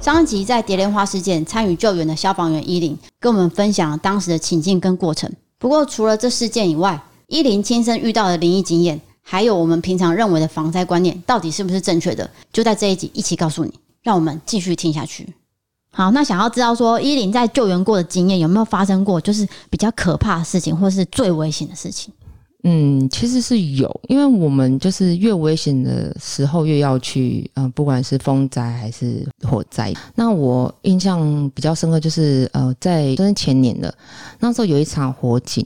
上一集在蝶莲花事件参与救援的消防员依林，跟我们分享了当时的情境跟过程。不过，除了这事件以外，依林亲身遇到的灵异经验，还有我们平常认为的防灾观念，到底是不是正确的，就在这一集一起告诉你。让我们继续听下去。好，那想要知道说依林在救援过的经验有没有发生过，就是比较可怕的事情，或是最危险的事情？嗯，其实是有，因为我们就是越危险的时候越要去，嗯、不管是风灾还是火灾。那我印象比较深刻就是，呃，在就是前年的那时候有一场火警，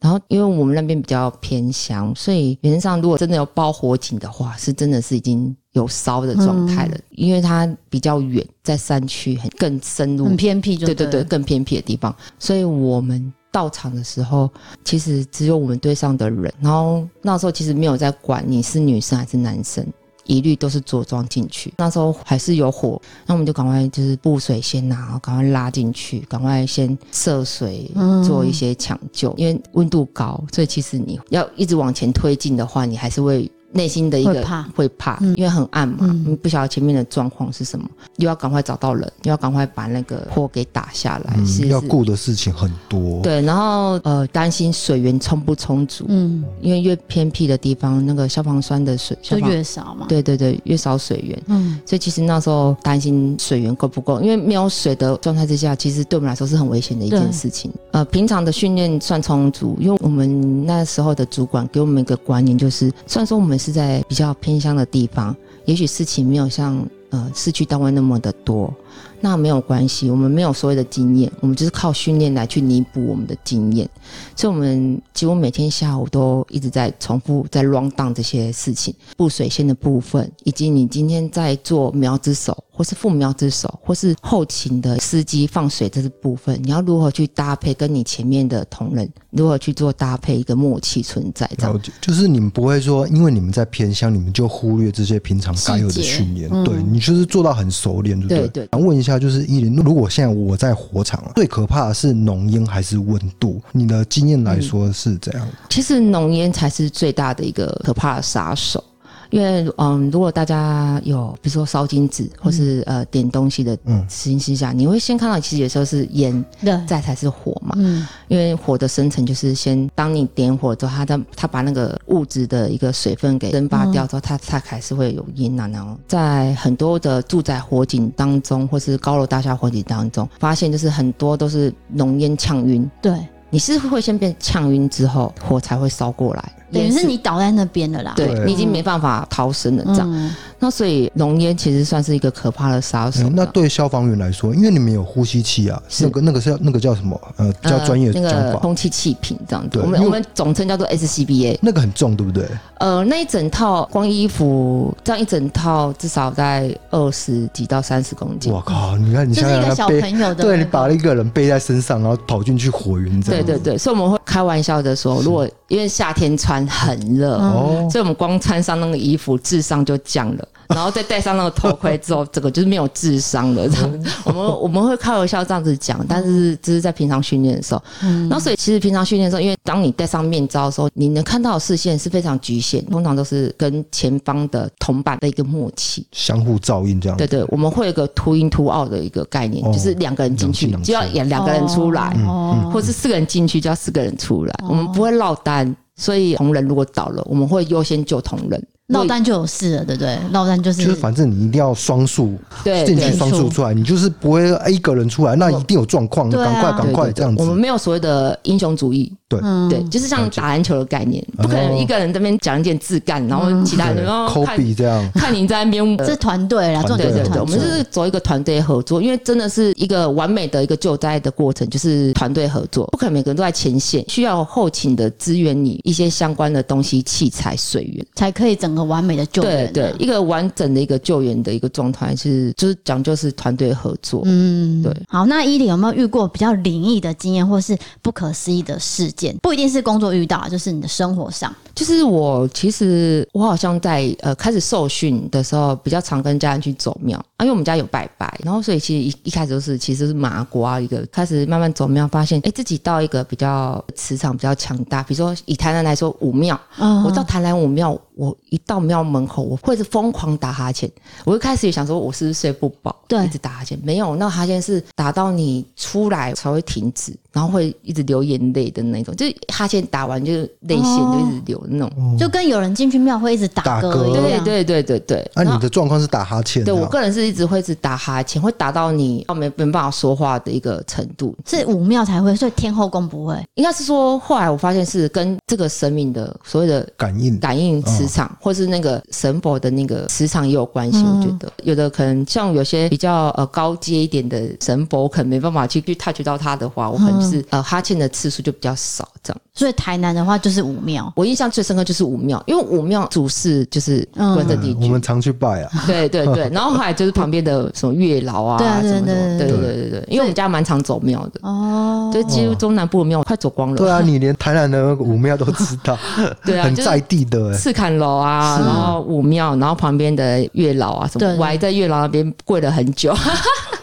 然后因为我们那边比较偏乡，所以原则上如果真的有爆火警的话，是真的是已经有烧的状态了，因为它比较远，在山区很更深入很偏僻就对对对嗯对，了更偏僻的地方。所以我们到场的时候，其实只有我们队上的人。然后那时候其实没有在管你是女生还是男生，一律都是着装进去。那时候还是有火，那我们就赶快就是布水先拿，然后赶快拉进去，赶快先涉水嗯做一些抢救，因为温度高，所以其实你要一直往前推进的话，你还是会。内心的一会个怕会怕，嗯因为很暗嘛，嗯你不晓得前面的状况是什么。又要赶快找到人，又要赶快把那个火给打下来，是嗯，是要顾的事情很多。，对，然后呃，担心水源充不充足，嗯，因为越偏僻的地方，那个消防栓的水就消防越少嘛。，对对对越少水源，嗯，所以其实那时候担心水源够不够，因为没有水的状态之下，其实对我们来说是很危险的一对件事情。呃，平常的训练算充足，因为我们那时候的主管给我们一个观念，就是呃虽然说我们是在比较偏乡的地方，也许事情没有像呃市区单位那么的多，那没有关系，我们没有所谓的经验，我们就是靠训练来去弥补我们的经验。所以我们几乎每天下午都一直在重复在 round down 这些事情，布水线的部分，以及你今天在做苗之手，或是副苗之手，或是后勤的司机放水这部分，你要如何去搭配跟你前面的同仁如何去做搭配一个默契存在这样了。解，就是你们不会说，因为你们在偏乡，你们就忽略这些平常该有细节的训练。嗯对你就是做到很熟练，对不对对？对，想问一下，就是依林，如果现在我在火场啊，最可怕的是浓烟还是温度？你的经验来说是怎样？其实浓烟才是最大的一个可怕的杀手。因为嗯，如果大家有比如说烧金纸或是、呃点东西的嗯情形下，你会先看到其实有时候是烟，对，再才是火嘛。嗯，因为火的生成就是先，当你点火之后，它在它把那个物质的一个水分给蒸发掉之后，它它还是会有烟啊。然嗯后在很多的住宅火警当中，或是高楼大厦火警当中，发现就是很多都是浓烟呛晕。对，你是会先被呛晕之后，火才会烧过来，等于烟是你倒在那边了啦。对对你已经没办法逃生了这样。嗯，那所以浓烟其实算是一个可怕的杀手呃这嗯样。那对消防员来说，因为你们有呼吸器啊，是那个那个是要那个叫什么？呃，比较呃专业的那讲个法，空气气瓶这样子，对我因们为我们总称叫做 SCBA。那个很重，对不对？呃，那一整套光衣服，这样一整套至少在二十几到三十公斤。我靠！你看你就现是一在个小要背，朋友的，对你把一个人背在身上，然后跑进去火云这对样。对对，所以我们会开玩笑的说，如果因为夏天穿很热，嗯哦，所以我们光穿上那个衣服，智商就降了。然后再戴上那个头盔之后，这个就是没有智商了。这样，我们我们会开玩笑这样子讲，但是这是在平常训练的时候。嗯那所以其实平常训练的时候，因为当你戴上面罩的时候，你能看到的视线是非常局限，通常都是跟前方的同伴的一个默契。相互照应这样。对对，我们会有一个 to in to out 的一个概念，哦就是两个人进去两进两出就要演两个人出来，嗯哦，或是四个人进去就要四个人出来，我们不会落单。所以同人如果倒了，我们会优先救同人。落单就有事了，对不对？落单就是就是反正你一定要双数嗯哎对进对去，双数出来，你就是不会哎一个人出来，那一定有状况，对啊赶快赶对快对这样我们子。没有所谓的英雄主义，嗯对，就是像打篮球的概念，不可哦能一个人在那边讲一点自干，然后嗯其他人然后抠哦看鼻这样，啊看你在那边呃是团队啦，重团点对队是对团对，队。我们是走一个团队合作，因为真的是一个完美的一个救灾的过程，就是团队合作，不可能每个人都在前线，需要后勤的支援你一些相关的东西、器材、水源。才可以整个完美的救援、对啊。对，一个完整的一个救援的一个状态是，就是讲究是团队合作。嗯，对。好，那伊琳有没有遇过比较灵异的经验，或是不可思议的事件？不一定是工作遇到，就是你的生活上。就是我其实我好像在呃开始受训的时候，比较常跟家人去走庙。啊，因为我们家有拜拜，然后所以其实一一开始都是其实是麻瓜一个，开始慢慢走庙，发现哎、诶自己到一个比较磁场比较强大，比如说以台南来说武庙，嗯我到台南武庙，我一到庙门口，我会是疯狂打哈欠。我一开始也想说，我是不是睡不饱，对一直打哈欠。没有，那哈欠是打到你出来才会停止，然后会一直流眼泪的那种，就是哈欠打完就是泪腺哦就一直流的那种。就跟有人进去庙会一直打打嗝嗝一对样，对对对对。啊，然后你的状况是打哈欠，对我啊个人是一直会一直打哈欠，会打到你哦没没办法说话的一个程度。是武庙才会，所以天后宫不会。应该是说，后来我发现是跟这个神明的所谓的感应感应磁场，嗯或是那个神佛的那个磁场也有关系。嗯我觉得有的可能像有些比较呃高阶一点的神佛，我可能没办法去去 touch 到他的话，我可能是、嗯呃哈欠的次数就比较少这样。所以台南的话就是武庙，我印象最深刻就是武庙，因为武庙主事就是关圣帝嗯我 君。们常去拜 啊，对对对，然后后来就是旁边的什么月老啊，对啊对什么什么，对对对对对对对，因为我们家蛮常走庙的，哦，就几乎中南部的庙快走光了。对啊，你连台南的武庙都知道， 对啊很就是在地的欸，赤坎楼啊，然后武庙，然后旁边的月老啊什对么，对我还在月老那边跪了很久，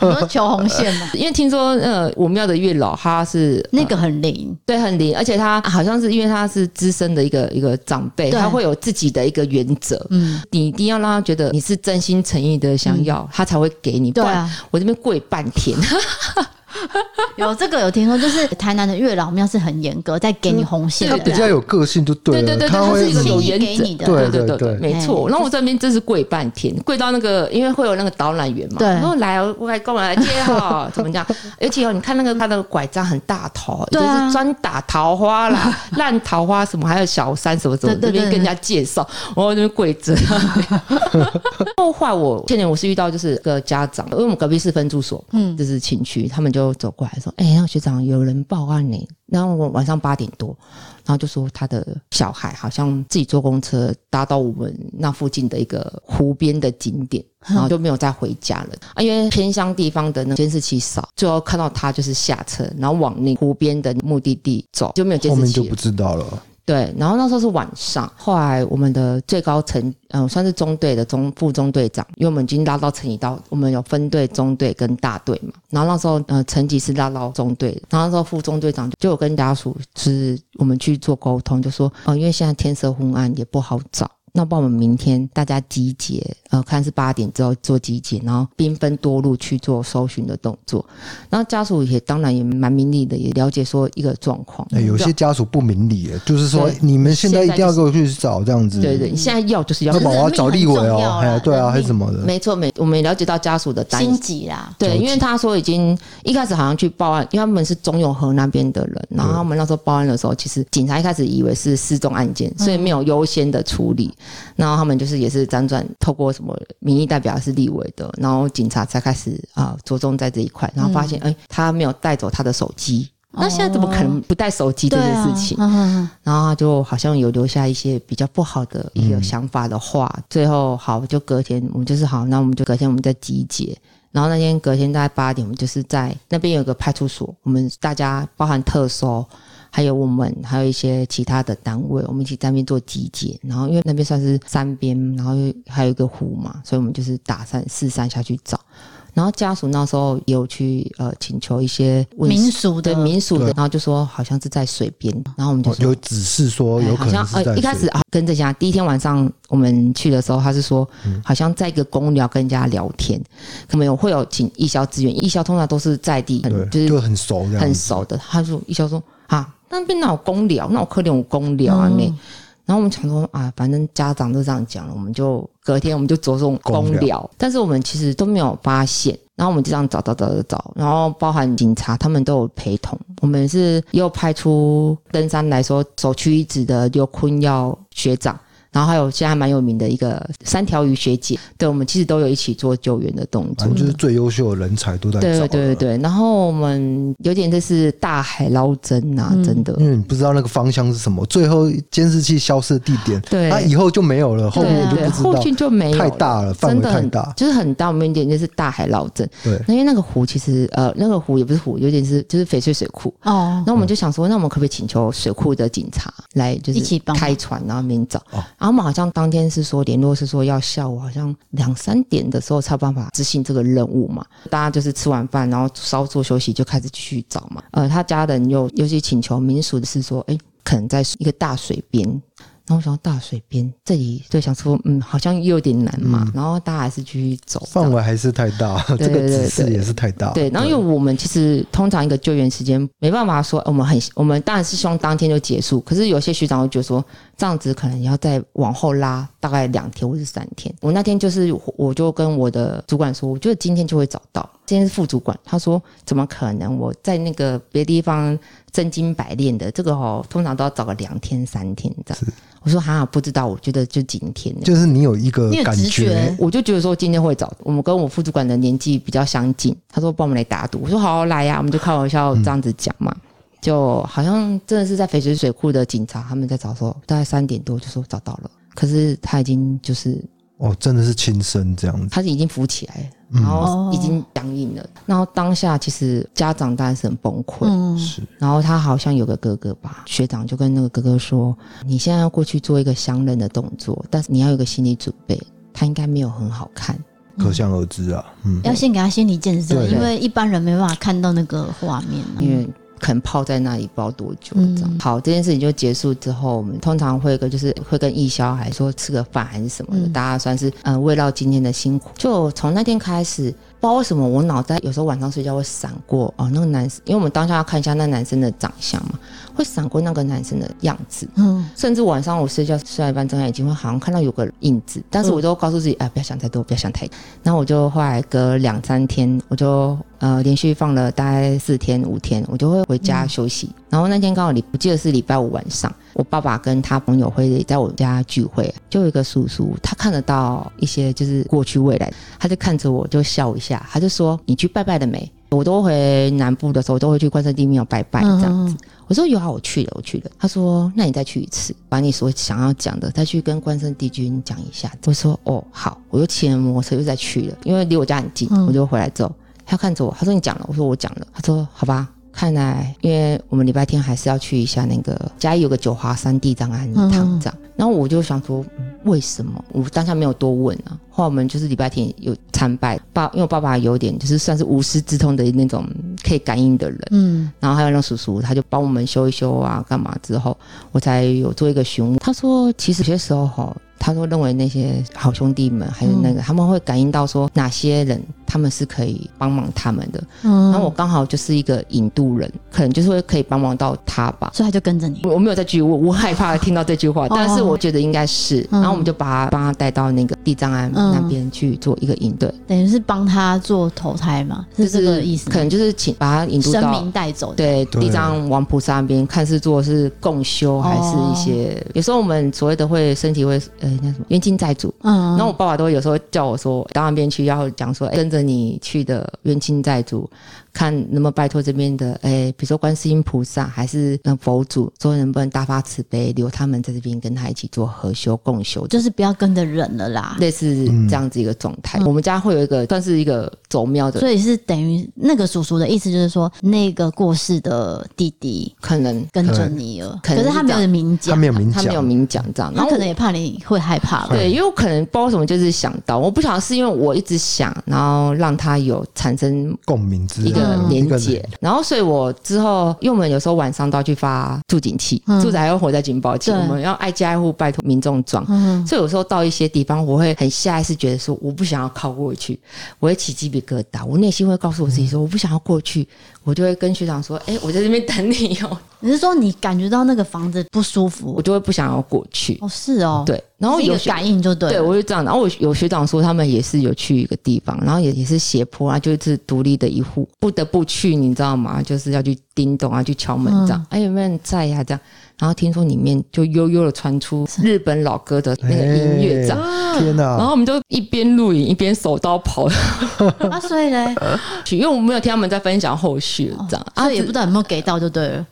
你说求红线 嘛，因为听说呃武庙的月老他是那个很灵，对很灵，而且他好像是因为他是资深的一个一个长辈，啊对他会有自己的一个原则，嗯，你一定要让他觉得你是真心诚意的想要，他才会给你。不对然啊，我这边跪半天，有这个有听说，就是台南的月老庙是很严格，在给你红线他的，啊比较有个性就对对啊对了，对，他它会是一个有意原给则你的对对对对没错。哎然后我这边真是跪半天，跪到那个，因为会有那个导览员嘛，对然后来哦我来跟我来接哈，怎么讲？而且哦，你看那个他的拐杖很大头，对就啊是专打桃花啦、烂桃花什么，还有小三什么什么，对对对这边跟人家介绍，然后那边跪着。后话我去年我是遇到就是个家长，因为我们隔壁是分住所，嗯嗯，就是情区，他们就走过来说：“哎、那个学长有人报案呢、然后我晚上八点多，然后就说他的小孩好像自己坐公车搭到我们那附近的一个湖边的景点，然后就没有再回家了。啊，因为偏乡地方的那监视器少，最后看到他就是下车，然后往那湖边的目的地走，就没有监后视面器就了不知道了。对，然后那时候是晚上，后来我们的最高层，嗯、算是中队的中副中队长，因为我们已经拉到层级到，我们有分队、中队跟大队嘛。然后那时候，呃，层级是拉到中队，然后那时候副中队长就有跟家属，就是我们去做沟通，就说，哦、因为现在天色昏暗，也不好找。那帮我们明天大家集结，呃，看是八点之后做集结，然后兵分多路去做搜寻的动作。然后家属也当然也蛮明理的，也了解说一个状况。哎有嗯对啊些家属不明理耶，就是说对你们现在一定要给我去找这样子，对对，你现在要就是要要可不是然我要找立委命很重哦要，啦哎，对人啊，还是命什么的，没错，没，我们也了解到家属的担心心。急啦，对，着急因为他说已经一开始好像去报案，因为他们是中永和那边的人，然后他们那时候报案的时候，其实警察一开始以为是失踪案件，所以没有优先的处理，然后他们就是也是辗转透过什么民意代表是立委的，然后警察才开始啊、着重在这一块，然后发现哎、他没有带走他的手机，那现在怎么可能不带手机这对件啊事情？嗯嗯然后他就好像有留下一些比较不好的一个想法的话，最后好就隔天我们就是好，那我们就隔天我们再集结。然后那天隔天大概八点，我们就是在那边有个派出所，我们大家包含特搜，还有我们还有一些其他的单位，我们一起在那边做集结。然后因为那边算是山边，然后又还有一个湖嘛，所以我们就是打山四散下去找。然后家属那时候也有去呃请求一些嗯问民俗的对民俗的，对然后就说好像是在水边，然后我们就哦说 有指示说哎有好可像能是在一开始水啊，跟这家第一天晚上我们去的时候，他是说、嗯好像在一个公聊跟人家聊天，可能有会有请义消支援，义消通常都是在地，很哎就对，是就很熟这样，很，熟的。他说义消说啊，那边哪有公聊，那我可怜我公聊啊那。然后我们想说啊，反正家长都这样讲了，我们就隔天我们就着重公公聊聊，但是我们其实都没有发现。然后我们就这样找找找找找，然后包含警察他们都有陪同，我们是又派出登山来说首屈一指的刘坤耀学长。然后还有现在还蛮有名的一个三条鱼学姐，对我们其实都有一起做救援的动作反，正就是最优秀的人才都在对找对对了，对。然后我们有点就是大海捞针啊，嗯真的。因为你不知道那个方向是什么，最后监视器消失的地点，对那以后就没有了，后面就对，不知道后，续就没有太大了，范真围的太很大，就是很大。我们有点就是大海捞针，对，那因为那个湖其实呃，那个湖也不是湖，有点是就是翡翠水库。哦，那我们就想说，那我们可不可以请求水库的警察来，就是一起帮忙开船，然后面找哦啊？然后我们好像当天是说联络是说要下午好像两三点的时候才有办法执行这个任务嘛，大家就是吃完饭然后稍作休息就开始继续找嘛。呃，他家人又又去请求民宿的是说，哎，可能在一个大水边。然后我想到大水边这里，就想说，嗯，好像又有点难嘛。嗯然后大家还是继续走，范围还是太大，对这个指对示对也是太大。对，然后因为我们其实通常一个救援时间没办法说呃我们很，我们当然是希望当天就结束，可是有些学长会觉得说这样子可能要再往后拉大概两天或是三天。我那天就是我就跟我的主管说，我觉得今天就会找到，今天是副主管，他说怎么可能？我在那个别地方真金百炼的，这个哦通常都要找个两天三天这样。我说哈不知道，我觉得就今天。就是你有一个你有感直觉，我就觉得说今天会找我们跟我副主管的年纪比较相近，他说帮我们来打赌，我说好啊来呀、我们就开玩笑这样子讲嘛，就好像真的是在翡翠水库的警察他们在找的时候，大概三点多就说找到了，可是他已经就是哦，真的是亲身这样子。他已经浮起来了，然后已经僵硬了，然后当下其实家长当然是很崩溃，嗯，是然后他好像有个哥哥吧，学长就跟那个哥哥说：“你现在要过去做一个相认的动作，但是你要有个心理准备，他应该没有很好看。”可想而知啊，嗯，要先给他心理建设，对因为一般人没办法看到那个画面啊、因为可能泡在那里不知道多久嗯这样。好，这件事情就结束之后，我们通常会有一个就是会跟义消还说吃个饭还是什么的，嗯大家算是呃慰劳今天的辛苦。就从那天开始，不知道为什么我脑袋有时候晚上睡觉会闪过哦，那个男生，因为我们当下要看一下那男生的长相嘛，会闪过那个男生的样子。嗯，甚至晚上我睡觉睡到一半睁开眼睛，会好像看到有个影子，但是我就告诉自己，哎，不要想太多，不要想太多。然后我就后来隔两三天，我就呃连续放了大概四天五天，我就会回家休息。然后那天刚好礼，我记得是礼拜五晚上，我爸爸跟他朋友会在我家聚会，就有一个叔叔，他看得到一些就是过去未来，他就看着我就笑一下，他就说：“你去拜拜了没？”我都回南部的时候，我都会去关圣帝庙拜拜这样子。嗯我说有啊，我去了，我去了。他说，那你再去一次，把你所想要讲的再去跟关圣帝君讲一下。我说哦，好，我又骑了摩托车又再去了，因为离我家很近，嗯我就回来之后，他看着我，他说你讲了，我说我讲了，他说好吧。看来，因为我们礼拜天还是要去一下那个嘉义有个九华山地藏庵一趟嗯这样，然后我就想说，为什么？我当下没有多问啊。后来我们就是礼拜天有参拜，爸，因为我爸爸有点就是算是无师自通的那种可以感应的人，嗯然后还有那叔叔，他就帮我们修一修啊，干嘛之后，我才有做一个询问。他说，其实有些时候哈，他说认为那些好兄弟们，还有那个、嗯他们会感应到说哪些人他们是可以帮忙他们的。嗯，然后我刚好就是一个引渡人，可能就是会可以帮忙到他吧。所以他就跟着你，我我没有再继续问，我害怕听到这句话，但是我觉得应该是。哦嗯然后我们就把他帮他带到那个地藏庵嗯那边去做一个引对，等于是帮他做投胎嘛，就是这个意思吗可能就是请把他引渡神到明带走的，对，对地藏王菩萨那边看是做是共修，还是一些、有时候我们所谓的会身体会呃那什么冤亲债主。嗯，然后我爸爸都有时候叫我说到那边去，要讲说、哎跟着你去的冤亲债主，看能不能拜托这边的哎，比如说观世音菩萨还是呃佛祖，说能不能大发慈悲，留他们在这边跟他一起做合修共修，就是不要跟着人了啦，类似这样子一个状态。我们家会有一个算是一个走庙的，所以是等于那个叔叔的意思就是说，那个过世的弟弟可能跟着你了，可可能是他没有明他讲没，有明他没有讲，明讲这样，然他后可能也怕你会害怕吧。对，因为我可能不知道为什么，就是想到，我不晓得是因为我一直想，然后让他有产生共鸣之一个嗯连接，然后所以我之后，因为我们有时候晚上都要去发住警器，嗯住宅要活在警报器，对我们要挨家挨户拜托民众装。嗯，所以有时候到一些地方，我会很下意识觉得说，我不想要靠过去，我会起鸡皮疙瘩，我内心会告诉我自己说，我不想要过去，我就会跟学长说，哎、我在这边等你哦，你是说你感觉到那个房子不舒服我？就会不想要过去。嗯哦，是哦，，对，然后一有个些感应就对了，对，我就这样。然后我有学长说，他们也是有去一个地方，然后也也是斜坡啊，就是独立的一户，不得不去，你知道吗？就是要去叮咚啊，去敲门这样，哎、有没有人在呀、这样。然后听说里面就悠悠的传出日本老歌的那个音乐这样。天哪、 然后我们就一边录影一边手刀跑啊，所以嘞，哦啊去，因为我们没有听他们在分享后续这样，所以也只不知道有没有给到就对了。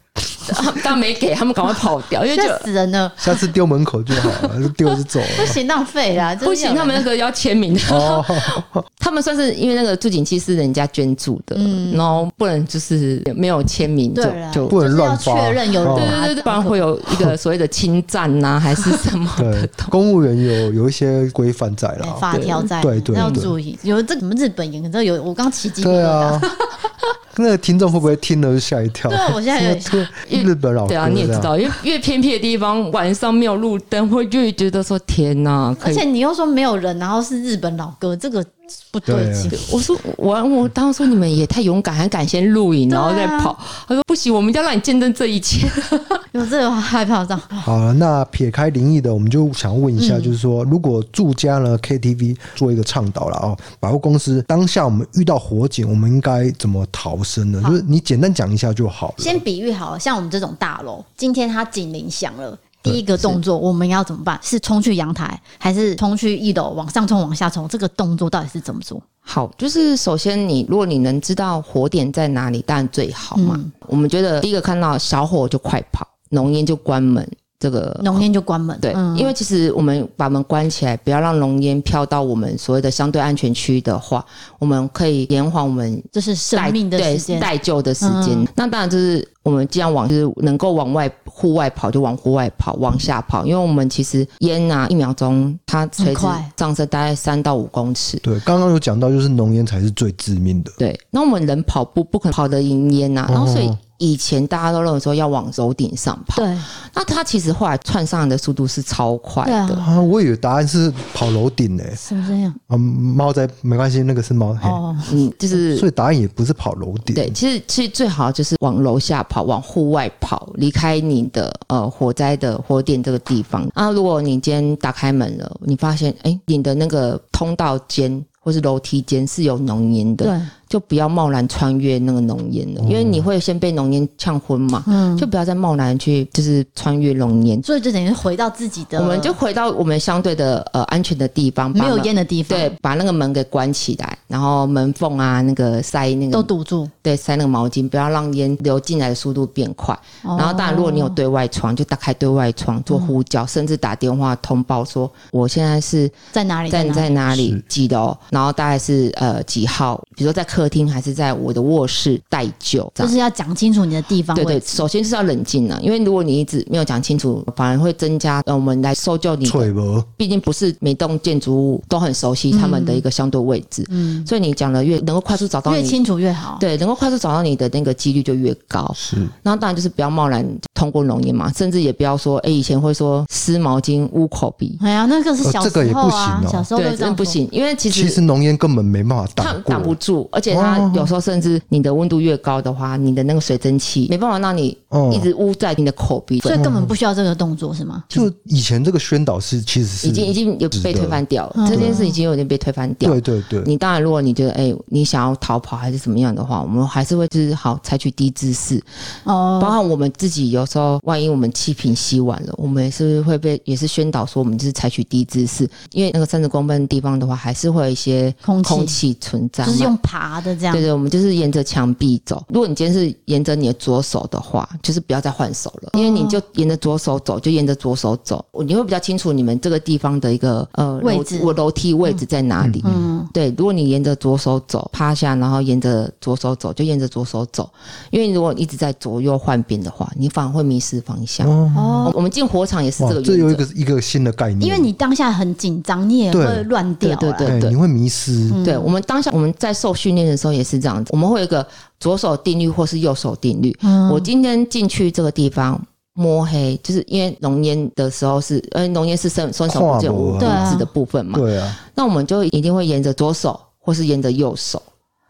但没给他们，赶快跑掉，因为就吓死人了，下次丢门口就好了，丢就走不了。行，浪费啦，真的不行，他们那个要签名的。哦， 他们算是因为那个住景器是人家捐助的，然后不能就是没有签名就嗯对啊啦就不能乱就是要发确认有人哦对对对对，不然会有一个所谓的侵占呐、还是什么的 对，公务员有有一些规范在哎啦。发条在，哦对对那要对注意。有这个我们日本演，这有我刚起鸡皮疙 对瘩。啊， 那个听众会不会听了就吓一跳？ 对啊，我现在有点对日本老歌 哎对啊，你也知这样道，因为越偏僻的地方晚上没有路灯，会越觉得说天呐，可而以且。你又说没有人，然后是日本老歌，这个不对劲。我说我我当时说你们也太勇敢，还敢先录影，对然啊后再跑。他说不行，我们一定要让你见证这一切。有这个害怕到，好了，那撇开灵异的，我们就想问一下，就是说，如果住家嗯呢 KTV 做一个倡导了哦，百货公司当下我们遇到火警，我们应该怎么逃生呢？就是你简单讲一下就好了。先比喻好了，像我们这种大楼，今天它警铃响了。第一个动作我们要怎么办？是冲去阳台，还是冲去一楼往上冲、往下冲？这个动作到底是怎么做？好，就是首先你如果你能知道火点在哪里，当然最好嘛。嗯我们觉得第一个看到小火就快跑，浓烟就关门，这个浓烟就关门。对，嗯因为其实我们把门关起来，不要让浓烟飘到我们所谓的相对安全区的话，我们可以延缓我们这是待生命的对时间。待救的时间。嗯那当然就是我们尽量往就是能够往外户外跑就往户外跑，往下跑，因为我们其实烟啊一秒钟它垂很直快上升大概三到五公尺。对，刚刚有讲到，就是浓烟才是最致命的。对，那我们人跑步不可能跑得赢烟呐、哦然后所以以前大家都认为说要往楼顶上跑，对，那它其实后来窜上来的速度是超快对啊的。啊，我以为答案是跑楼顶呢、是不是这样？啊，猫在没关系，那个是猫。嘿哦，嗯，就是所以嗯答案也不是跑楼顶。对，其实其实最好就是往楼下跑，往户外跑，离开你的呃火灾的火点这个地方。啊，如果你今天打开门了，你发现哎，你的那个通道间或是楼梯间是有浓烟的，对，哦就不要贸然穿越那个浓烟了，因为你会先被浓烟呛昏嘛，嗯，就不要再贸然去就是穿越浓烟。所以就等于是回到自己的，我们就回到我们相对的呃安全的地方，把没有门烟的地方，对，，把那个门给关起来，然后门缝啊那个塞那个都堵住。对，塞那个毛巾，不要让烟流进来的速度变快。然然后，当然，如果你有对外窗，就打开对外窗做嗯呼叫，甚至打电话通报说我现在是在哪里？在哪里在哪里是几楼，然后大概是呃几号，比如说在客厅还是在我的卧室待救，这就样。是要讲清楚你的地方对位对，置。首先就是要冷静了、啊因为如果你一直没有讲清楚，反而会增加呃我们来搜救你的脆不？毕竟不是每栋建筑物都很熟悉他们的一个相对位置，嗯，所以你讲的越能够快速找到越你，清楚越好。对，能够快速找到你的那个几率就越高。是然后当然就是不要贸然通过浓烟嘛，甚至也不要说，哎、以前会说湿毛巾捂口鼻，哎呀，那个是呃小这个时也候不啊，行哦小时候对都，这真的样不说。行，因为其其实实浓烟根本没办法它挡过，挡不住，而且它哦有时候甚至你的温度越高的话，你的那个水蒸气没办法让你嗯一直捂在你的口鼻，所以根本不需要这个动作，是吗？就以前这个宣导是其实是已经已经有被推翻掉嗯了，这件事已经有点被推翻掉了。对对对，你当然，如果你觉得哎、你想要逃跑还是怎么样的话，我们还是会就是好采取低姿势。包哦，含我们自己有时候，万一我们气瓶吸完了，我们也是会被也是宣导说我们就是采取低姿势，因为那个三十公分的地方的话，还是会有一些空气空气存在就嘛。是用爬的这样对。对，我们就是沿着墙壁走。如果你今天是沿着你的左手的话，就是不要再换手哦了，因为你就沿着左手走，就沿着左手走，你会比较清楚你们这个地方的一个呃位楼置我楼梯位置在哪里。嗯，对，如果你沿着左手走，趴下，然后沿着左手走，就沿着左手走，因为如果你一直在左右换边的话，你反而会迷失方向。哦，我们进火场也是哇这个，这有一原则。个一个新的概念，因为你当下很紧张，你也对会乱掉啦。嗯啊嗯对对哎对你会迷失，对我们当下我们在受训练的时候也是这样子，我们会有一个左手定律或是右手定律。嗯我今天进去这个地方摸黑，就是因为浓烟的时候是，呃，浓烟是伸双手不见五指跨步啊对啊的部分嘛，对啊，那我们就一定会沿着左手或是沿着右手。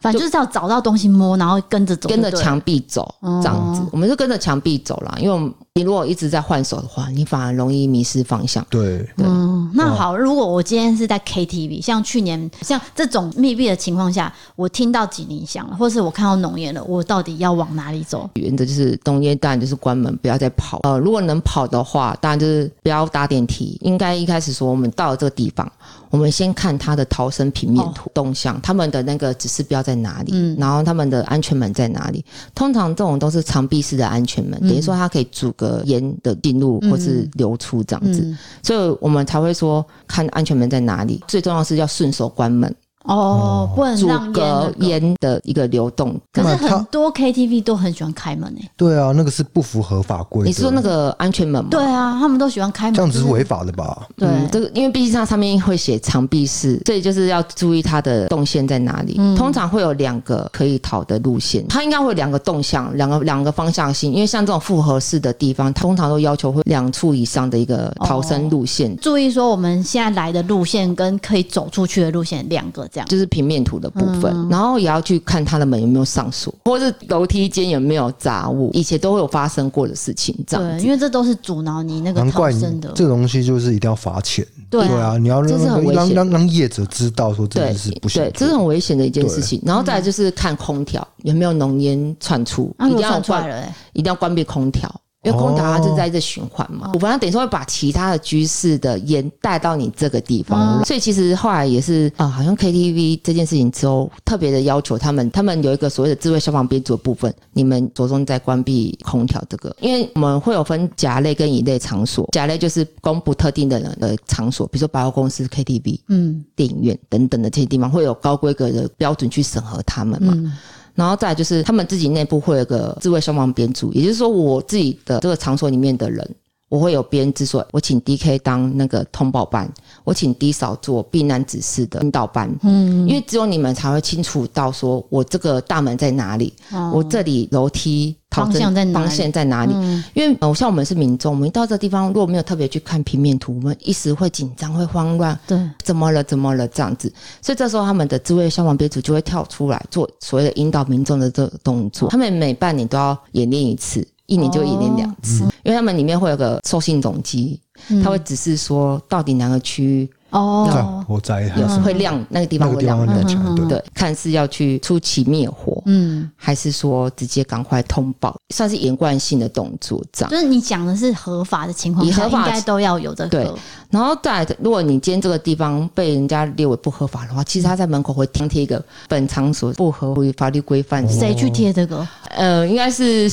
反正就是要找到东西摸，然后跟着走，跟着。墙壁走，哦这样子，我们就跟着墙壁走啦，因为我们你如果一直在换手的话，你反而容易迷失方向。对，对嗯，那好，如果我今天是在 KTV，像去年像这种密闭的情况下，我听到警铃响了，或是我看到浓烟了，我到底要往哪里走？原则就是冬夜当然就是关门，不要再跑。呃，如果能跑的话，当然就是不要搭电梯。应该一开始说，我们到了这个地方，我们先看它的逃生平面图、动向，他们的那个指示标在哪里，哦嗯然后他们的安全门在哪里。通常这种都是长闭式的安全门，嗯等于说它可以阻隔烟的进入或是流出这样子，嗯，所以我们才会说看安全门在哪里。最重要是要顺手关门，哦，不能阻让隔烟那个。烟的一个流动。可是那它很多 KTV 都很喜欢开门诶、欸对啊，那个是不符合法规的。你是说那个安全门吗？对啊，他们都喜欢开门，这样子是就是违法的吧？对、嗯，这个因为毕竟它上面会写长臂式，所以就是要注意它的动线在哪里。嗯通常会有两个可以逃的路线，它应该会有两个动向，两个两个方向性。因为像这种复合式的地方，通常都要求会两处以上的一个逃生路线，注意说我们现在来的路线跟可以走出去的路线两个这样。就是平面图的部分。嗯然后也要去看它的门有没有上锁，或是楼梯间有没有杂物，以前都会有发生过的事情。这样对，子因为这都是阻挠你那个难逃怪你生的。这东西就是一定要罚钱。对对啊，你要嗯这让是很危让险让让业者知道说这对件事不行对，这是做很危险的一件事情。然后再来就是看空调有没有浓烟窜出，那嗯一如定果要算出关来了、欸，一定要关闭空调，因为空调它是在这循环嘛。我反正等于说会把其他的居室的烟带到你这个地方，所以其实后来也是啊、好像 KTV 这件事情之后，特别的要求他们，他们有一个所谓的智慧消防编组的部分，你们着重在关闭空调这个，因为我们会有分甲类跟乙类场所，甲类就是公布特定的人的场所，比如说百货公司、KTV、嗯电影院等等的这些地方，会有高规格的标准去审核他们嘛。嗯，然后再来就是他们自己内部会有个智慧消防编组，也就是说我自己的这个场所里面的人，我会有编制说，我请 DK 当那个通报班，我请 D 嫂做避难指示的引导班，嗯，因为只有你们才会清楚到说我这个大门在哪里，哦我这里楼梯逃生方向在哪里嗯方向在哪里？因为呃像我们是民众，我们一到这地方如果没有特别去看平面图，我们一时会紧张会慌乱，对，怎么了，怎么了这样子，所以这时候他们的智慧消防编组就会跳出来做所谓的引导民众的这个动作。他们每半年都要演练一次，一年就演练两次，因为他们里面会有个受信总机，哦嗯它会指示说到底哪个区域哦干，火灾还有是时会亮，那个地那方个会地亮方灯，亮起来，对，对，看是要去出奇灭火，嗯，还是说直接赶快通报，算是连贯性的动作这样。就是你讲的是合法的情况以下，合法应该都要有这对个。然后再来，如果你今天这个地方被人家列为不合法的话，其实他在门口会张贴一个本场所不合于法律规范，谁去贴这个？呃，应该是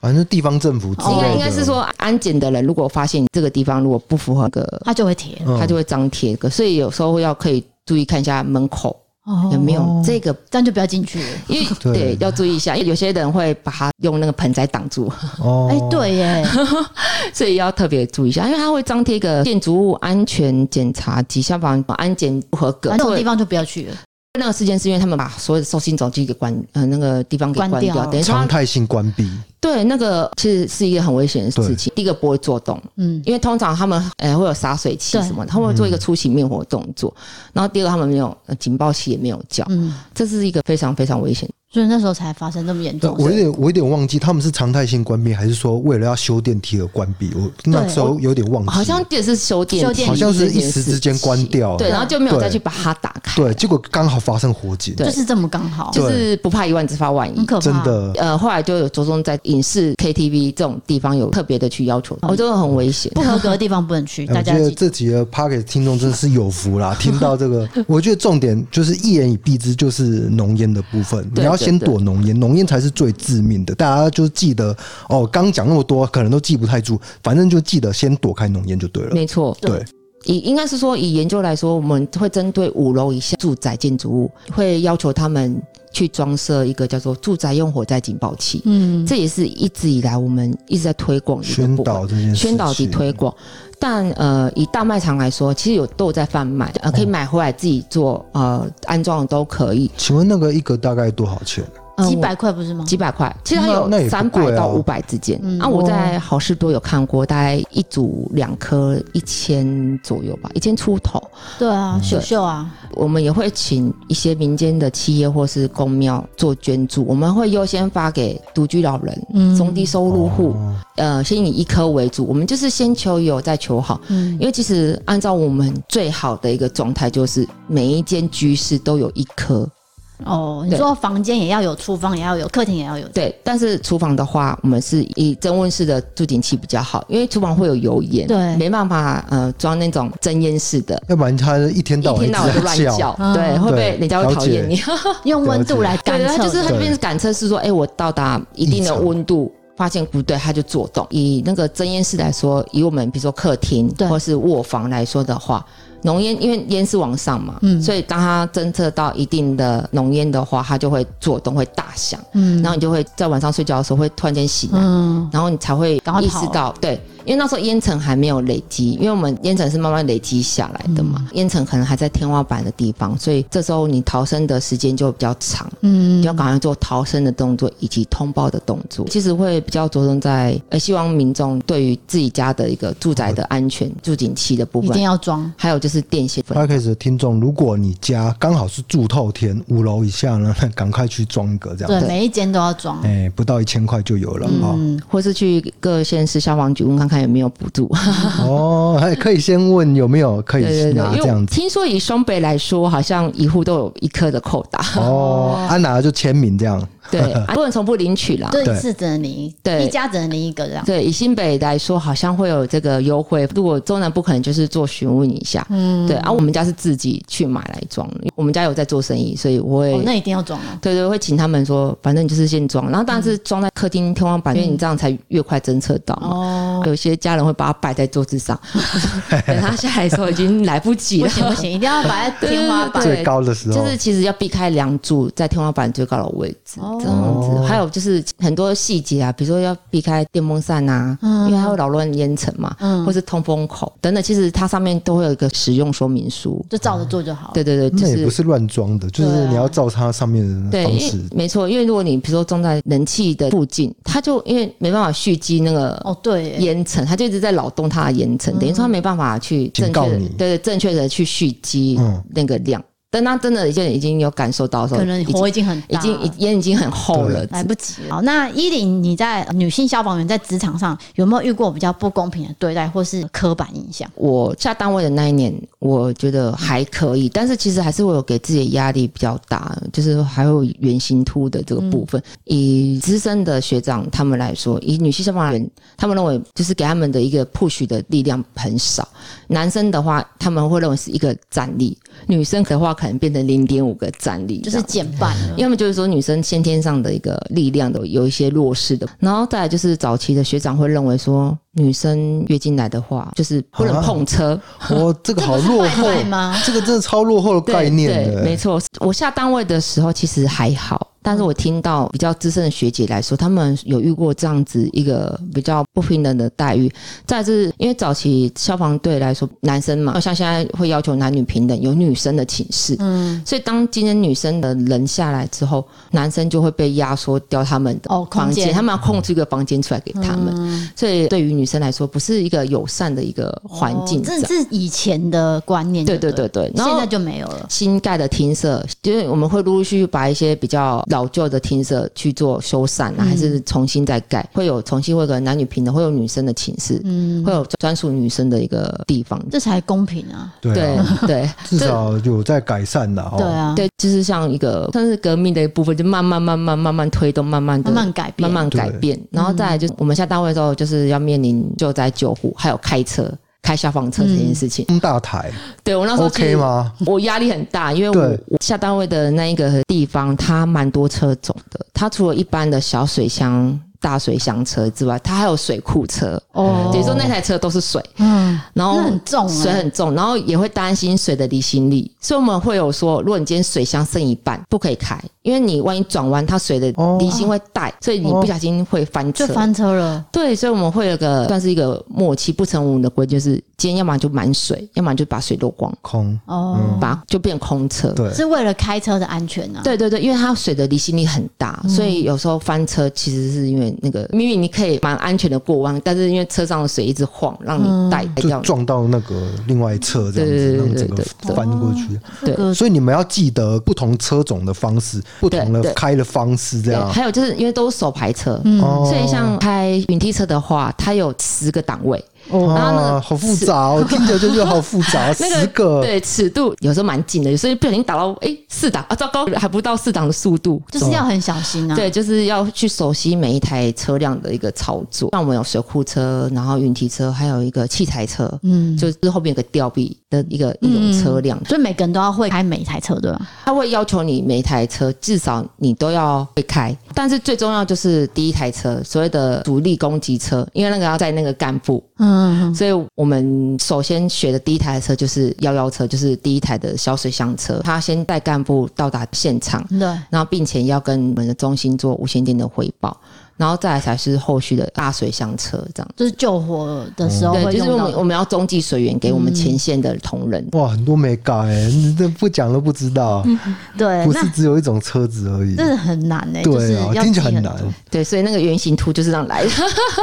反正地方政府之哦应类该的，应该是说安检的人如果发现这个地方如果不符合个，他就会贴嗯他就会张贴一个，所以有时候要可以注意看一下门口哦有没有这个。这样就不要进去了。因为对对要注意一下，因为有些人会把它用那个盆栽挡住， 哦，哎，对耶，所以要特别注意一下，因为它会张贴一个建筑物安全检查及消防安检不合格，啊那种 对地方就不要去了。那个事件是因为他们把所有的受信总机给关，呃，那个地方给关关掉掉，等于说常它态性关闭，对那个其实是一个很危险的事情。第一个不会做动，嗯，因为通常他们呃会有洒水器对什么的，他们会做一个出勤灭火动作。然后第二个他们没有呃警报器也没有叫，嗯这是一个非常非常危险。所以那时候才发生这么严对重。我有点我有点忘记他们是常态性关闭，还是说为了要修电梯而关闭？我那时候有点忘记，好像也是修电修梯，电梯好像是一时之间关。掉，对，然后就没有对再去把它打开。对，结果刚好发生火警，对就是这么刚好，就是不怕一万，只怕万一很。可怕。真，的呃，后来就有着重在影视、KTV 这种地方有特别的去要求，我觉得很危险。不合格的地方不能去，大哎我家觉记得得这集的 p o c k e t 听众真的是有福啦！听到 这个，我觉得重点就是一言以蔽之，就是浓烟的部分，你对要对先对躲浓烟，浓烟才是最致命的。大家就记得哦，刚讲那么多，可能都记不太住，反正就记得先躲开浓烟就对了。没错，对，以应该是说，以研究来说，我们会针对五楼以下住宅建筑物，会要求他们去装设一个叫做住宅用火灾警报器。嗯，这也是一直以来我们一直在推广的一个宣部分导这件事情，宣导及推广。但呃，以大卖场来说，其实有都有在贩卖，呃，嗯可以买回来自己做，呃，安装的都可以。请问那个一个大概多少钱？嗯几百块不是吗？几百块，其实它那有那也三不百贵啊到五百之间。嗯啊，我在好事多有看过，大概一组两颗一千左右吧，一千出头。对啊，秀秀啊，我们也会请一些民间的企业或是公庙做捐助，我们会优先发给独居老人、嗯中低收入户，哦呃，先以一颗为主。我们就是先求有，再求好。嗯因为其实按照我们最好的一个状态，就是每一间居室都有一颗，哦，你对说房间也要有，厨房也要有，客厅也要有，对。但是厨房的话，我们是以增温式的助顶器比较好，因为厨房会有油烟，对没办法呃装那种蒸烟式的。要不然他一天一到晚天到晚就乱一直在叫叫，，嗯对，会被对人家会了讨厌解你。用温度来感对，它测，就是它对这边感测是说，哎、我到达一定的温度，发现不对，它就做动。以那个蒸烟室来说，以我们比如说客厅对或是卧房来说的话，浓烟因为烟是往上嘛，嗯所以当它侦测到一定的浓烟的话，它就会做动，会大响，嗯然后你就会在晚上睡觉的时候会突然间醒来。嗯然后你才会赶快意跑啊识到，对，因为那时候烟尘还没有累积，因为我们烟尘是慢慢累积下来的嘛，嗯烟尘可能还在天花板的地方，所以这时候你逃生的时间就比较长。嗯你要赶快做逃生的动作以及通报的动作，其实会比较着重在呃，希望民众对于自己家的一个住宅的安全、住景器的部一定分，要装，还有就是电线 p 分 a r k e s 的听众，如果你家刚好是住透天，五楼以下呢， 赶快去装一个这啊对，样子，每一间都要装，哎、不到一千块就有了哦啊、嗯，或是去各县市消防局问看看有没有补 助。哦，还可以先问有没有可对以对对，拿因为这我 样子听说以双北来说，好像一户都有一颗的扣 打，哦，安、拿了就签名这样，对，啊不能重复领取啦。这对一次只能领一，对一家只能领一个这样，对，以新北来说，好像会有这个优惠。如果中南部可能就是做询问一下，嗯，对。啊，我们家是自己去买来装的，因为我们家有在做生意，所以我会、哦，那一定要装哦，对对，会请他们说，反正你就是先装，然后但是装在客厅天花板，因为你这样才越快侦测到嘛。嗯哦，有些家人会把它摆在桌 子上，等他下来的时候已经来不及不了。行不行，一定要摆在天花板对，最高的时候就，是其实要避开梁柱在天花板最高的位置，哦这样子。还有就是很多细节啊，比如说要避开电风扇啊，嗯因为它会扰乱烟尘嘛，嗯或是通风口等等。其实它上面都会有一个使用说明书。就照着做就好了，对对对，就那也不是啊是乱装的，就是你要照它上面的对，方因式为。没错，因为如果你比如说种在人气的附近，它就因为没办法蓄积那个哦对嗯耶，烟尘，它就一直在扰动它的烟尘，等于说它没办法去正警确告的你对对正确的去蓄积嗯那个量。但它真的已经已经有感受到的时候，可能已经火已经很已大经了已烟已经很厚了，来不及了。好，那依琳，你在女性消防员在职场上有没有遇过比较不公平的对待，或是刻板印象？我下单位的那一年，我觉得还可以，但是其实还是会有给自己的压力比较大，就是还会有圆形突的这个部分。以资深的学长他们来说，以女性消防员，他们认为就是给他们的一个 push 的力量很少。男生的话，他们会认为是一个战力；女生的话，可能变成零点五个战力，就这是样减半了，要么就是说女生先天上的一个力量的有一些弱势的，然后再来就是早期的学长会认为说女生月经来的话就是不能啊碰车，哦，这个好落这不是后坏坏吗，这个真的超落后的对概念对，没的。错。我下单位的时候其实还好，但是我听到比较资深的学姐来说，他们有遇过这样子一个比较不平等的待遇。再来是因为早期消防队来说，男生嘛，像现在会要求男女平等，有女生的寝室，嗯，所以当今天女生的人下来之后，男生就会被压缩掉他们的哦空房间，间他们要空出一个房间出来给他们。嗯所以对于女生来说，不是一个友善的一个环境哦这这样。是以前的观念，对对对对了，对，然现后在就没有了。新盖的厅舍，就是我们会陆陆续续把一些比较老旧的厅舍去做修缮嗯啊，还是重新再盖，会有重新会有个男女平等，会有女生的寝室，嗯，会有专属女生的一个地方。这才公平啊！对对啊， 对，至少有在改善的对哦。啊，对，就是像一个算是革命的一部分，就慢慢慢慢慢慢推动，慢慢的慢慢改变，慢慢改变，然后再来就是我们下单位之后，就是要面临救灾救护，还有开车。开消防车这嗯件事情，中大台对我那时候其实 OK 吗？ 我压力很大，因为我对我下单位的那一个地方，它蛮多车种的。它除了一般的小水箱、大水箱车之外，它还有水库车，哦嗯等于说那台车都是水，嗯，然后那很重欸水很重，然后也会担心水的离心力，所以我们会有说，如果你今天水箱剩一半，不可以开，因因为你万一转弯，它水的哦离心会带，所以你不小心会翻车哦就。翻车了。对，所以我们会有个算是一个默契不成文的规，就是今天要么就满水，要么就把水漏光，空，哦，把就变空车。对，是为了开车的安全啊。嗯对对对，因为它水的离心力很大，嗯所以有时候翻车其实是因为那个，明明你可以蛮安全的过弯，但是因为车上的水一直晃，让嗯你带带就掉你。撞到那个另外一侧这对样子，对对让整对个对翻过去。这个所以你们要记得不同车种的方式，不同对的对开的方式，这对，样。还有就是因为都是手排车，嗯哦所以像开云梯车的话，它有十个档位，然后那啊，个好复杂哦，听着就是好复杂，那个十个，对尺度有时候蛮近的，有时候不小心打到哎四档啊，糟糕，还不到四档的速度，就是要很小心啊。对，就是要去熟悉每一台车辆的一个操作。像我们有水库车，然后云梯车，还有一个器材车，嗯，就是后面有个吊臂的一个一种车辆，所以每个人都要会开每一台车，对吧？它会要求你每一台车至少你都要会开。但是最重要就是第一台车，所谓的主力攻击车，因为那个要在那个干部，嗯，所以我们首先学的第一台车就是幺幺车，就是第一台的小水箱车，它先带干部到达现场。嗯对，然后并且要跟我们的中心做无线电的汇报，然后再来才是后续的大水箱车这样。就是救火的时候嗯对，会就是用我到嗯们我的。们要中继水源给我们前线的同仁。哇，很多没改，你这不讲都不知道，对，不那是只有一种车子而已。真的很难呢，就是对啊，要听起来记很多难，对，所以那个原型图就是这样来的。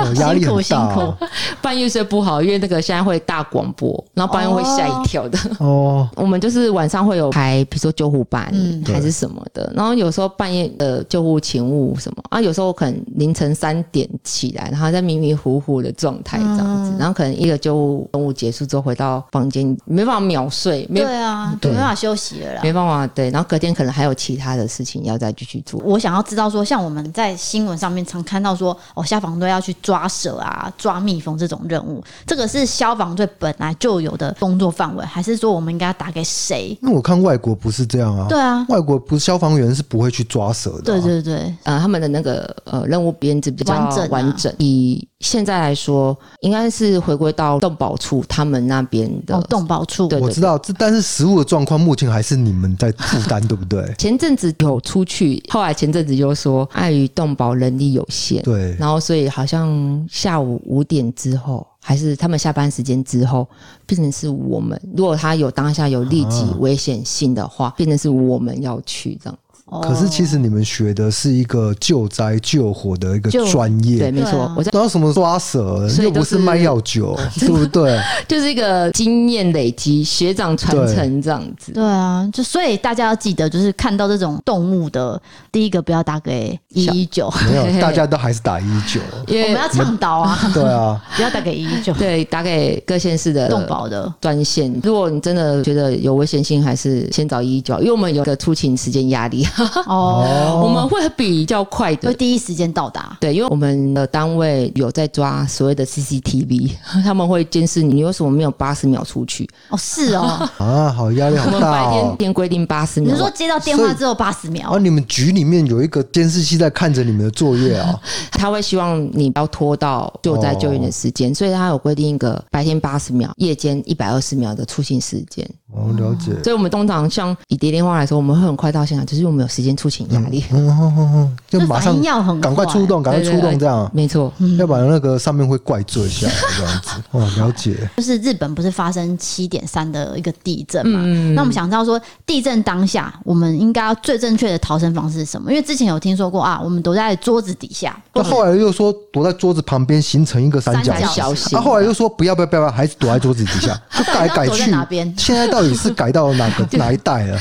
哦压力辛苦很大哦。半夜睡不好，因为那个现在会大广播，然后半夜会吓一跳的。哦，我们就是晚上会有排，比如说救护班、嗯还是什么的，然后有时候半夜的救护勤务什么啊，有时候可能凌晨三点起来，然后在迷迷糊糊的状态这样子，然后可能一个救护任务结束之后回到房间，没办法秒睡，没对啊，对没办法休息了啦。没办法对，然后隔天可能还有其他的事情要再继续做。我想要知道说，像我们在新闻上面常看到说，哦，消防队要去抓蛇啊、抓蜜蜂这种任务，这个是消防队本来就有的工作范围，还是说我们应该打给谁？那我看外国不是这样啊，对啊，外国不是消防员是不会去抓蛇的啊、对对对，呃，他们的那个呃任务编制比较完整啊完整以现在来说，应该是回归到动保处他们那边的哦，动保处，对我知道，这但是食物的状况目前还是你们在负 担，对不对？前阵子有出去，后来前阵子又说碍于动保能力有限，对，然后所以好像下午五点之后，还是他们下班时间之后，变成是我们。如果他有当下有立即啊危险性的话，变成是我们要去这样。哦可是其实你们学的是一个救灾救火的一个救专对，业，没错，对啊我在然后什么抓蛇，所以又不都是是卖药 酒，对不对？就是一个经验累积、学长传承这样子。对啊，就所以大家要记得，就是看到这种动物的，第一个不要打给一一九，没嘿有，嘿大家都还是打一九，因我们为要倡导啊，对啊，不要打给一一九，对打给各县市的呃动保的。专线，如果你真的觉得有危险性，还是先找一一九，因为我们有个出勤时间压力，哦， 我们会比较快会的。第一时间到达。对，因为我们的单位有在抓所谓的 CCTV，他 们会监视你，你为什么没有八十秒出去？哦，是 哦，啊，好压力我好们大白天哦。天规定八十你秒是，说接到电话之后八十秒啊，，你们局里面有一个监视器在看着你们的作业 啊，他会希望你不要拖到救灾救援的时嗯间，所以他有规定一个白天八十秒、夜间一百二十秒的出勤时间。哦，了解。所以我们通常像以蝶电话来说，我们会很快到现场，就是因为我们有时间出勤压力。嗯，哦哦哦就这马反上应要很赶快出动，赶快对出对动，对嗯这 样，没错，要不然那个上面会怪罪下来这样子。哦，了解。就是日本不是发生七点三的一个地震嗯嘛？那我们想知道说，地震当下我们应该要最正确的逃生方式是什么？因为之前有听说过啊，我们躲在桌子底下，那后来又说躲在桌子旁边形成一个三角三角形，小心。啊，后来又说不要不要不要，还是躲在桌子底下，就改到底改要躲在去哪边。现在到底是改到哪个哪一代啊了？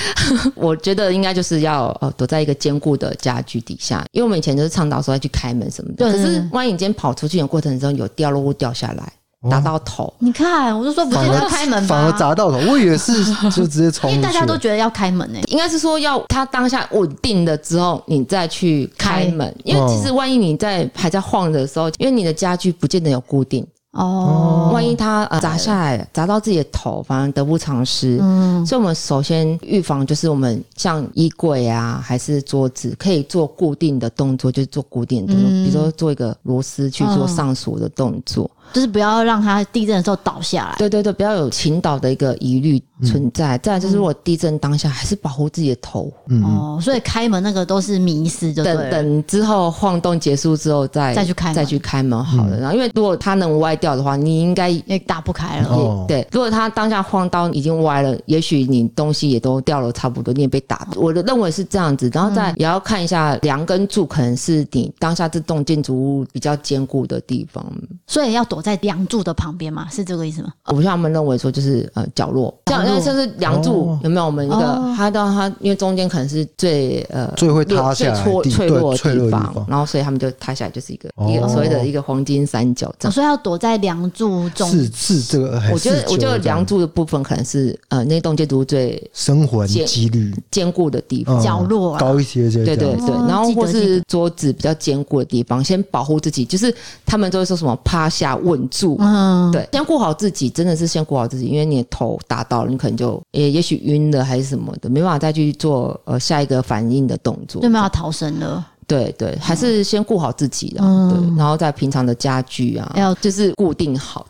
我觉得应该就是要呃躲在一个坚固的家具底下，因为我们以前就是倡导说要去开门什么的。对可对是对万一你今天跑出去的过程中有掉落物掉下来，哦打到头，你看，我就说不反见得要而开门吧，反而砸到头，我以为是就直接因冲为出大家都去。觉得要开门欸呢、应该是说要它当下稳定了之后，你再哦去开门。因为其实万一你在还在晃的时候，因为你的家具不见得有固定，哦，万一它、呃、砸下来，砸到自己的头，反而得不偿失。嗯，所以，我们首先预防就是我们像衣柜啊，还是桌子，可以做固定的动作，就是做固定的动作，嗯比如说做一个螺丝去做上锁的动作。就是不要让它地震的时候倒下来。对对对，不要有倾倒的一个疑虑存嗯在。再来就是，如果地震当下，还是保护自己的头，嗯，哦，所以开门那个都是迷失，就对等了等之后晃动结束之后再再去开门嗯再去开门好了。然后，因为如果它能歪掉的话，你应该也打不开了。哦，嗯对，如果它当下晃到已经歪了，也许你东西也都掉了差不多，你也被打。我的认为是这样子，然后再也要看一下梁跟柱，可能是你当下这栋建筑物比较坚固的地方。所以要躲在梁柱的旁边嘛，是这个意思吗？我像他们认为说，就是呃角落，角像落那甚至梁柱、哦有没有？我们一哦个它到它，因为中间可能是最呃最会塌最下来脆地脆对弱的脆地弱的地方，方然后所以他们就塌下来就是一个、一哦个所谓的一个黄金三角这哦样。所以要躲在梁柱中。是是这个，哎我觉得是，我觉得就这样梁柱的部分可能是呃那栋建筑物最生还见几率坚固的地方。嗯角落啊高一些些，对对哦对，然后记得或记是桌子比较坚固的地方，先保护自己。就是他们都会说什么趴下稳住，嗯，对，先顾好自己，真的是先顾好自己，因为你的头打到了，你可能就也也许晕了还是什么的，没办法再去做呃下一个反应的动作就。没有要逃生了。对对，还是先顾好自己啦，嗯对，然后在平常的家具啊，要就是固定好。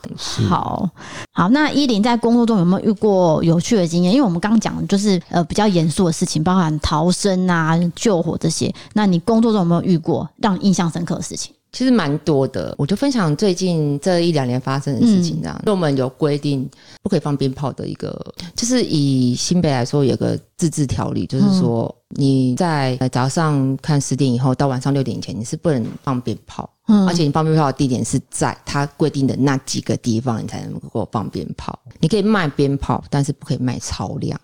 好好，那依林在工作中有没有遇过有趣的经验？因为我们刚刚讲的就是呃比较严肃的事情，包含逃生啊、救火这些。那你工作中有没有遇过让你印象深刻的事情？其实蛮多的，我就分享最近这一两年发生的事情这样。那、我们有规定不可以放鞭炮的一个，就是以新北来说有个自治条例，就是说你在呃早上看十点以后到晚上六点以前，你是不能放鞭炮，嗯而且你放鞭炮的地点是在它规定的那几个地方，你才能够放鞭炮。你可以卖鞭炮，但是不可以卖超量。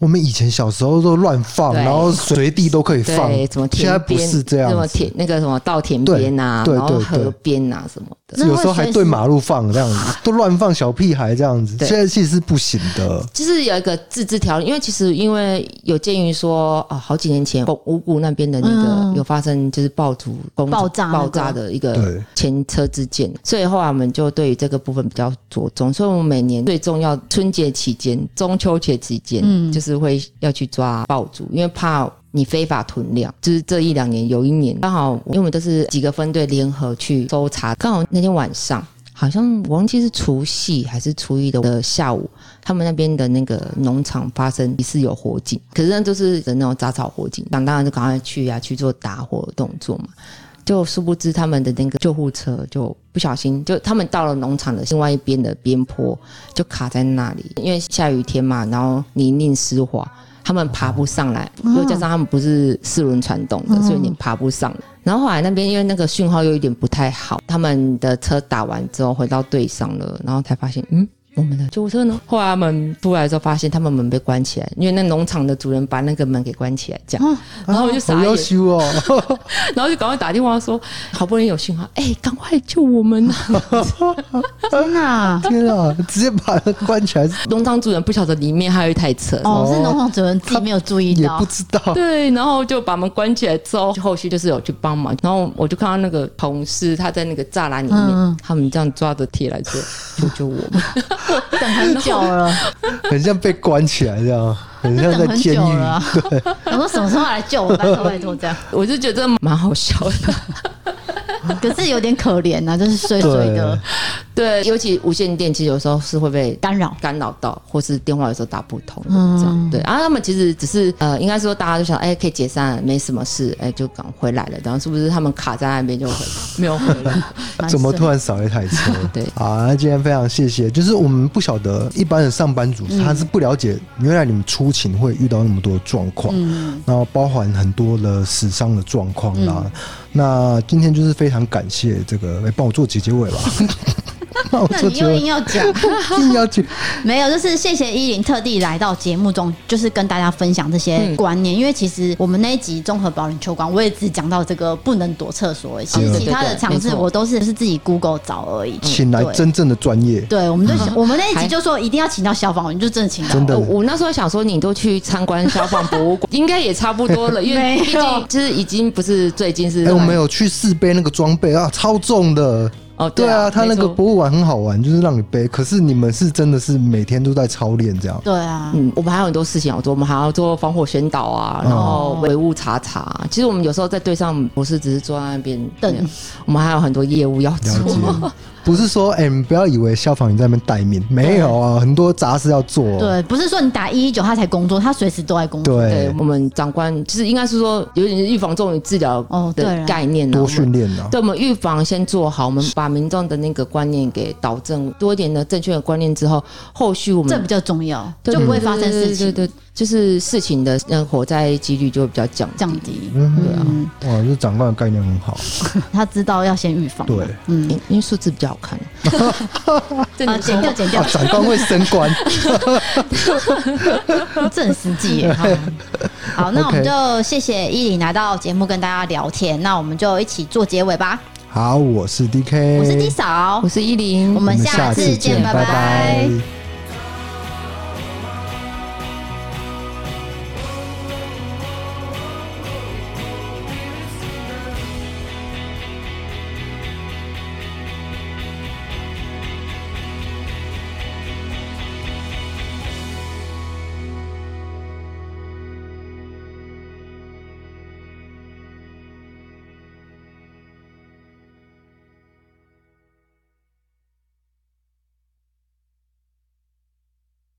我们以前小时候都乱放，对然后随地都可以放，对，什么现在田不边是这什么样子，田那个什么稻田边啊，对对然后对对河边啊什么的。那会有时候还随时对马路放这样子，都乱放小屁孩这样子，对现在其实是不行的。就是有一个自治条例，因为其实因为有鉴于说啊、好几年前五谷那边的那嗯个有发生就是爆竹公爆炸那个爆炸的一个对前车之鉴，所以后来我们就对于这个部分比较着重，所以我们每年最重要春节期间、中秋节期间，嗯就是会要去抓爆竹，因为怕。你非法囤粮，就是这一两年有一年刚好，因为我们都是几个分队联合去搜查，刚好那天晚上好像我忘记是除夕还是初一的的下午，他们那边的那个农场发生疑似有火警，可是那就是那种杂草火警，那当然就赶快去啊去做打火的动作嘛。就殊不知他们的那个救护车就不小心，就他们到了农场的另外一边的边坡，就卡在那里，因为下雨天嘛，然后泥泞湿滑，他们爬不上来，又加上他们不是四轮传动的，所以你爬不上来。然后后来那边因为那个讯号又有点不太好，他们的车打完之后回到队上了，然后才发现，嗯。我们的救护车呢？后来他们出来之后，发现他们门被关起来，因为那农场的主人把那个门给关起来，这样，然后我就傻好眼要，修哦，然后就赶快打电话说，好不容易有讯号，哎、赶快救我们、啊！ 天哪！天 啊，直接把它关起来农场主人不晓得里面还有一台车，哦，哦是农场主人自己没有注意也到不，知道，对，然后就把门关起来之后，后续就是有去帮忙，然后我就看到那个同事他在那个栅栏里面，嗯他们这样抓着铁来说救救我们， 等很久了， 很像被关起来这样，很像等在很监久狱了。 啊。 我说什么时候来救我？拜托拜托，这样。我就觉得蛮好笑的。 可是有点可怜呐、就是碎碎的对，尤其无线电其实有时候是会被干扰。干扰到，或是电话有时候打不通，嗯这样对。然、后他们其实只是呃，应该说大家就想，哎、可以解散了，没什么事，哎、就赶回来了。然后是不是他们卡在那边就回没有回来？蛮怎么碎突然少一台车？对好，那今天非常谢谢。就是我们不晓得一般的上班族他是不了解，原来你们出勤会遇到那么多状况，然后包含很多的死伤的状况啦。那今天就是非常感谢这个，哎帮我做结结 尾吧。帮我那做你结又尾硬，要讲， 硬要 去没有，就是谢谢依林特地来到节目中，就是跟大家分享这些嗯观念。因为其实我们那一集综合保龄球馆，我也只讲到这个不能躲厕所而已，其实啊对其他对的对尝没试错我都是是自己 Google 找而已。请来对真正的专业，对，我们就我们那一集还就说一定要请到消防员，就真的请到真的呃 我那时候想说，你都去参观消防博物馆，应该也差不多了，因没为有毕竟就是已经不是最近是哎、来。我们有去试背那个装备啊，超重的，哦，对啊，啊，他那没个错博物馆很好玩，就是让你背。可是你们是真的是每天都在操练这样。对啊，嗯，我们还有很多事情要做，我们还要做防火宣导啊，然后哦维务查查啊。其实我们有时候在队上不是只是坐在那边等没有我们还有很多业务要了做。解，不是说哎、你们不要以为消防员在那边待命，没有啊，很多杂事要做。哦对，不是说你打一一九他才工作，他随时都在工作。对对，我们长官，就是应该是说有点预防重于治疗哦对的啦概念、啊，多我们训练啊。对，我们预防先做好，我们把民众的那个观念给导正，多一点的正确的观念之后，后续我这们比较重要，嗯对就不会发生事对情对对对就是事情的那个火灾几率就会比较降低。降低。嗯，对啊，哇，这长官的概 念很好。他知道要先预防。对，嗯，因因为数字比较 好看，这啊，你剪掉剪掉啊，，长官会升官。这很实际 耶。好，好那我们 OK 就谢谢依林来到节目跟大家聊天，那我们就一起做结尾吧。好，我是 DK，我是 D 嫂我，是依林，我们我们下下次次见，见，拜拜拜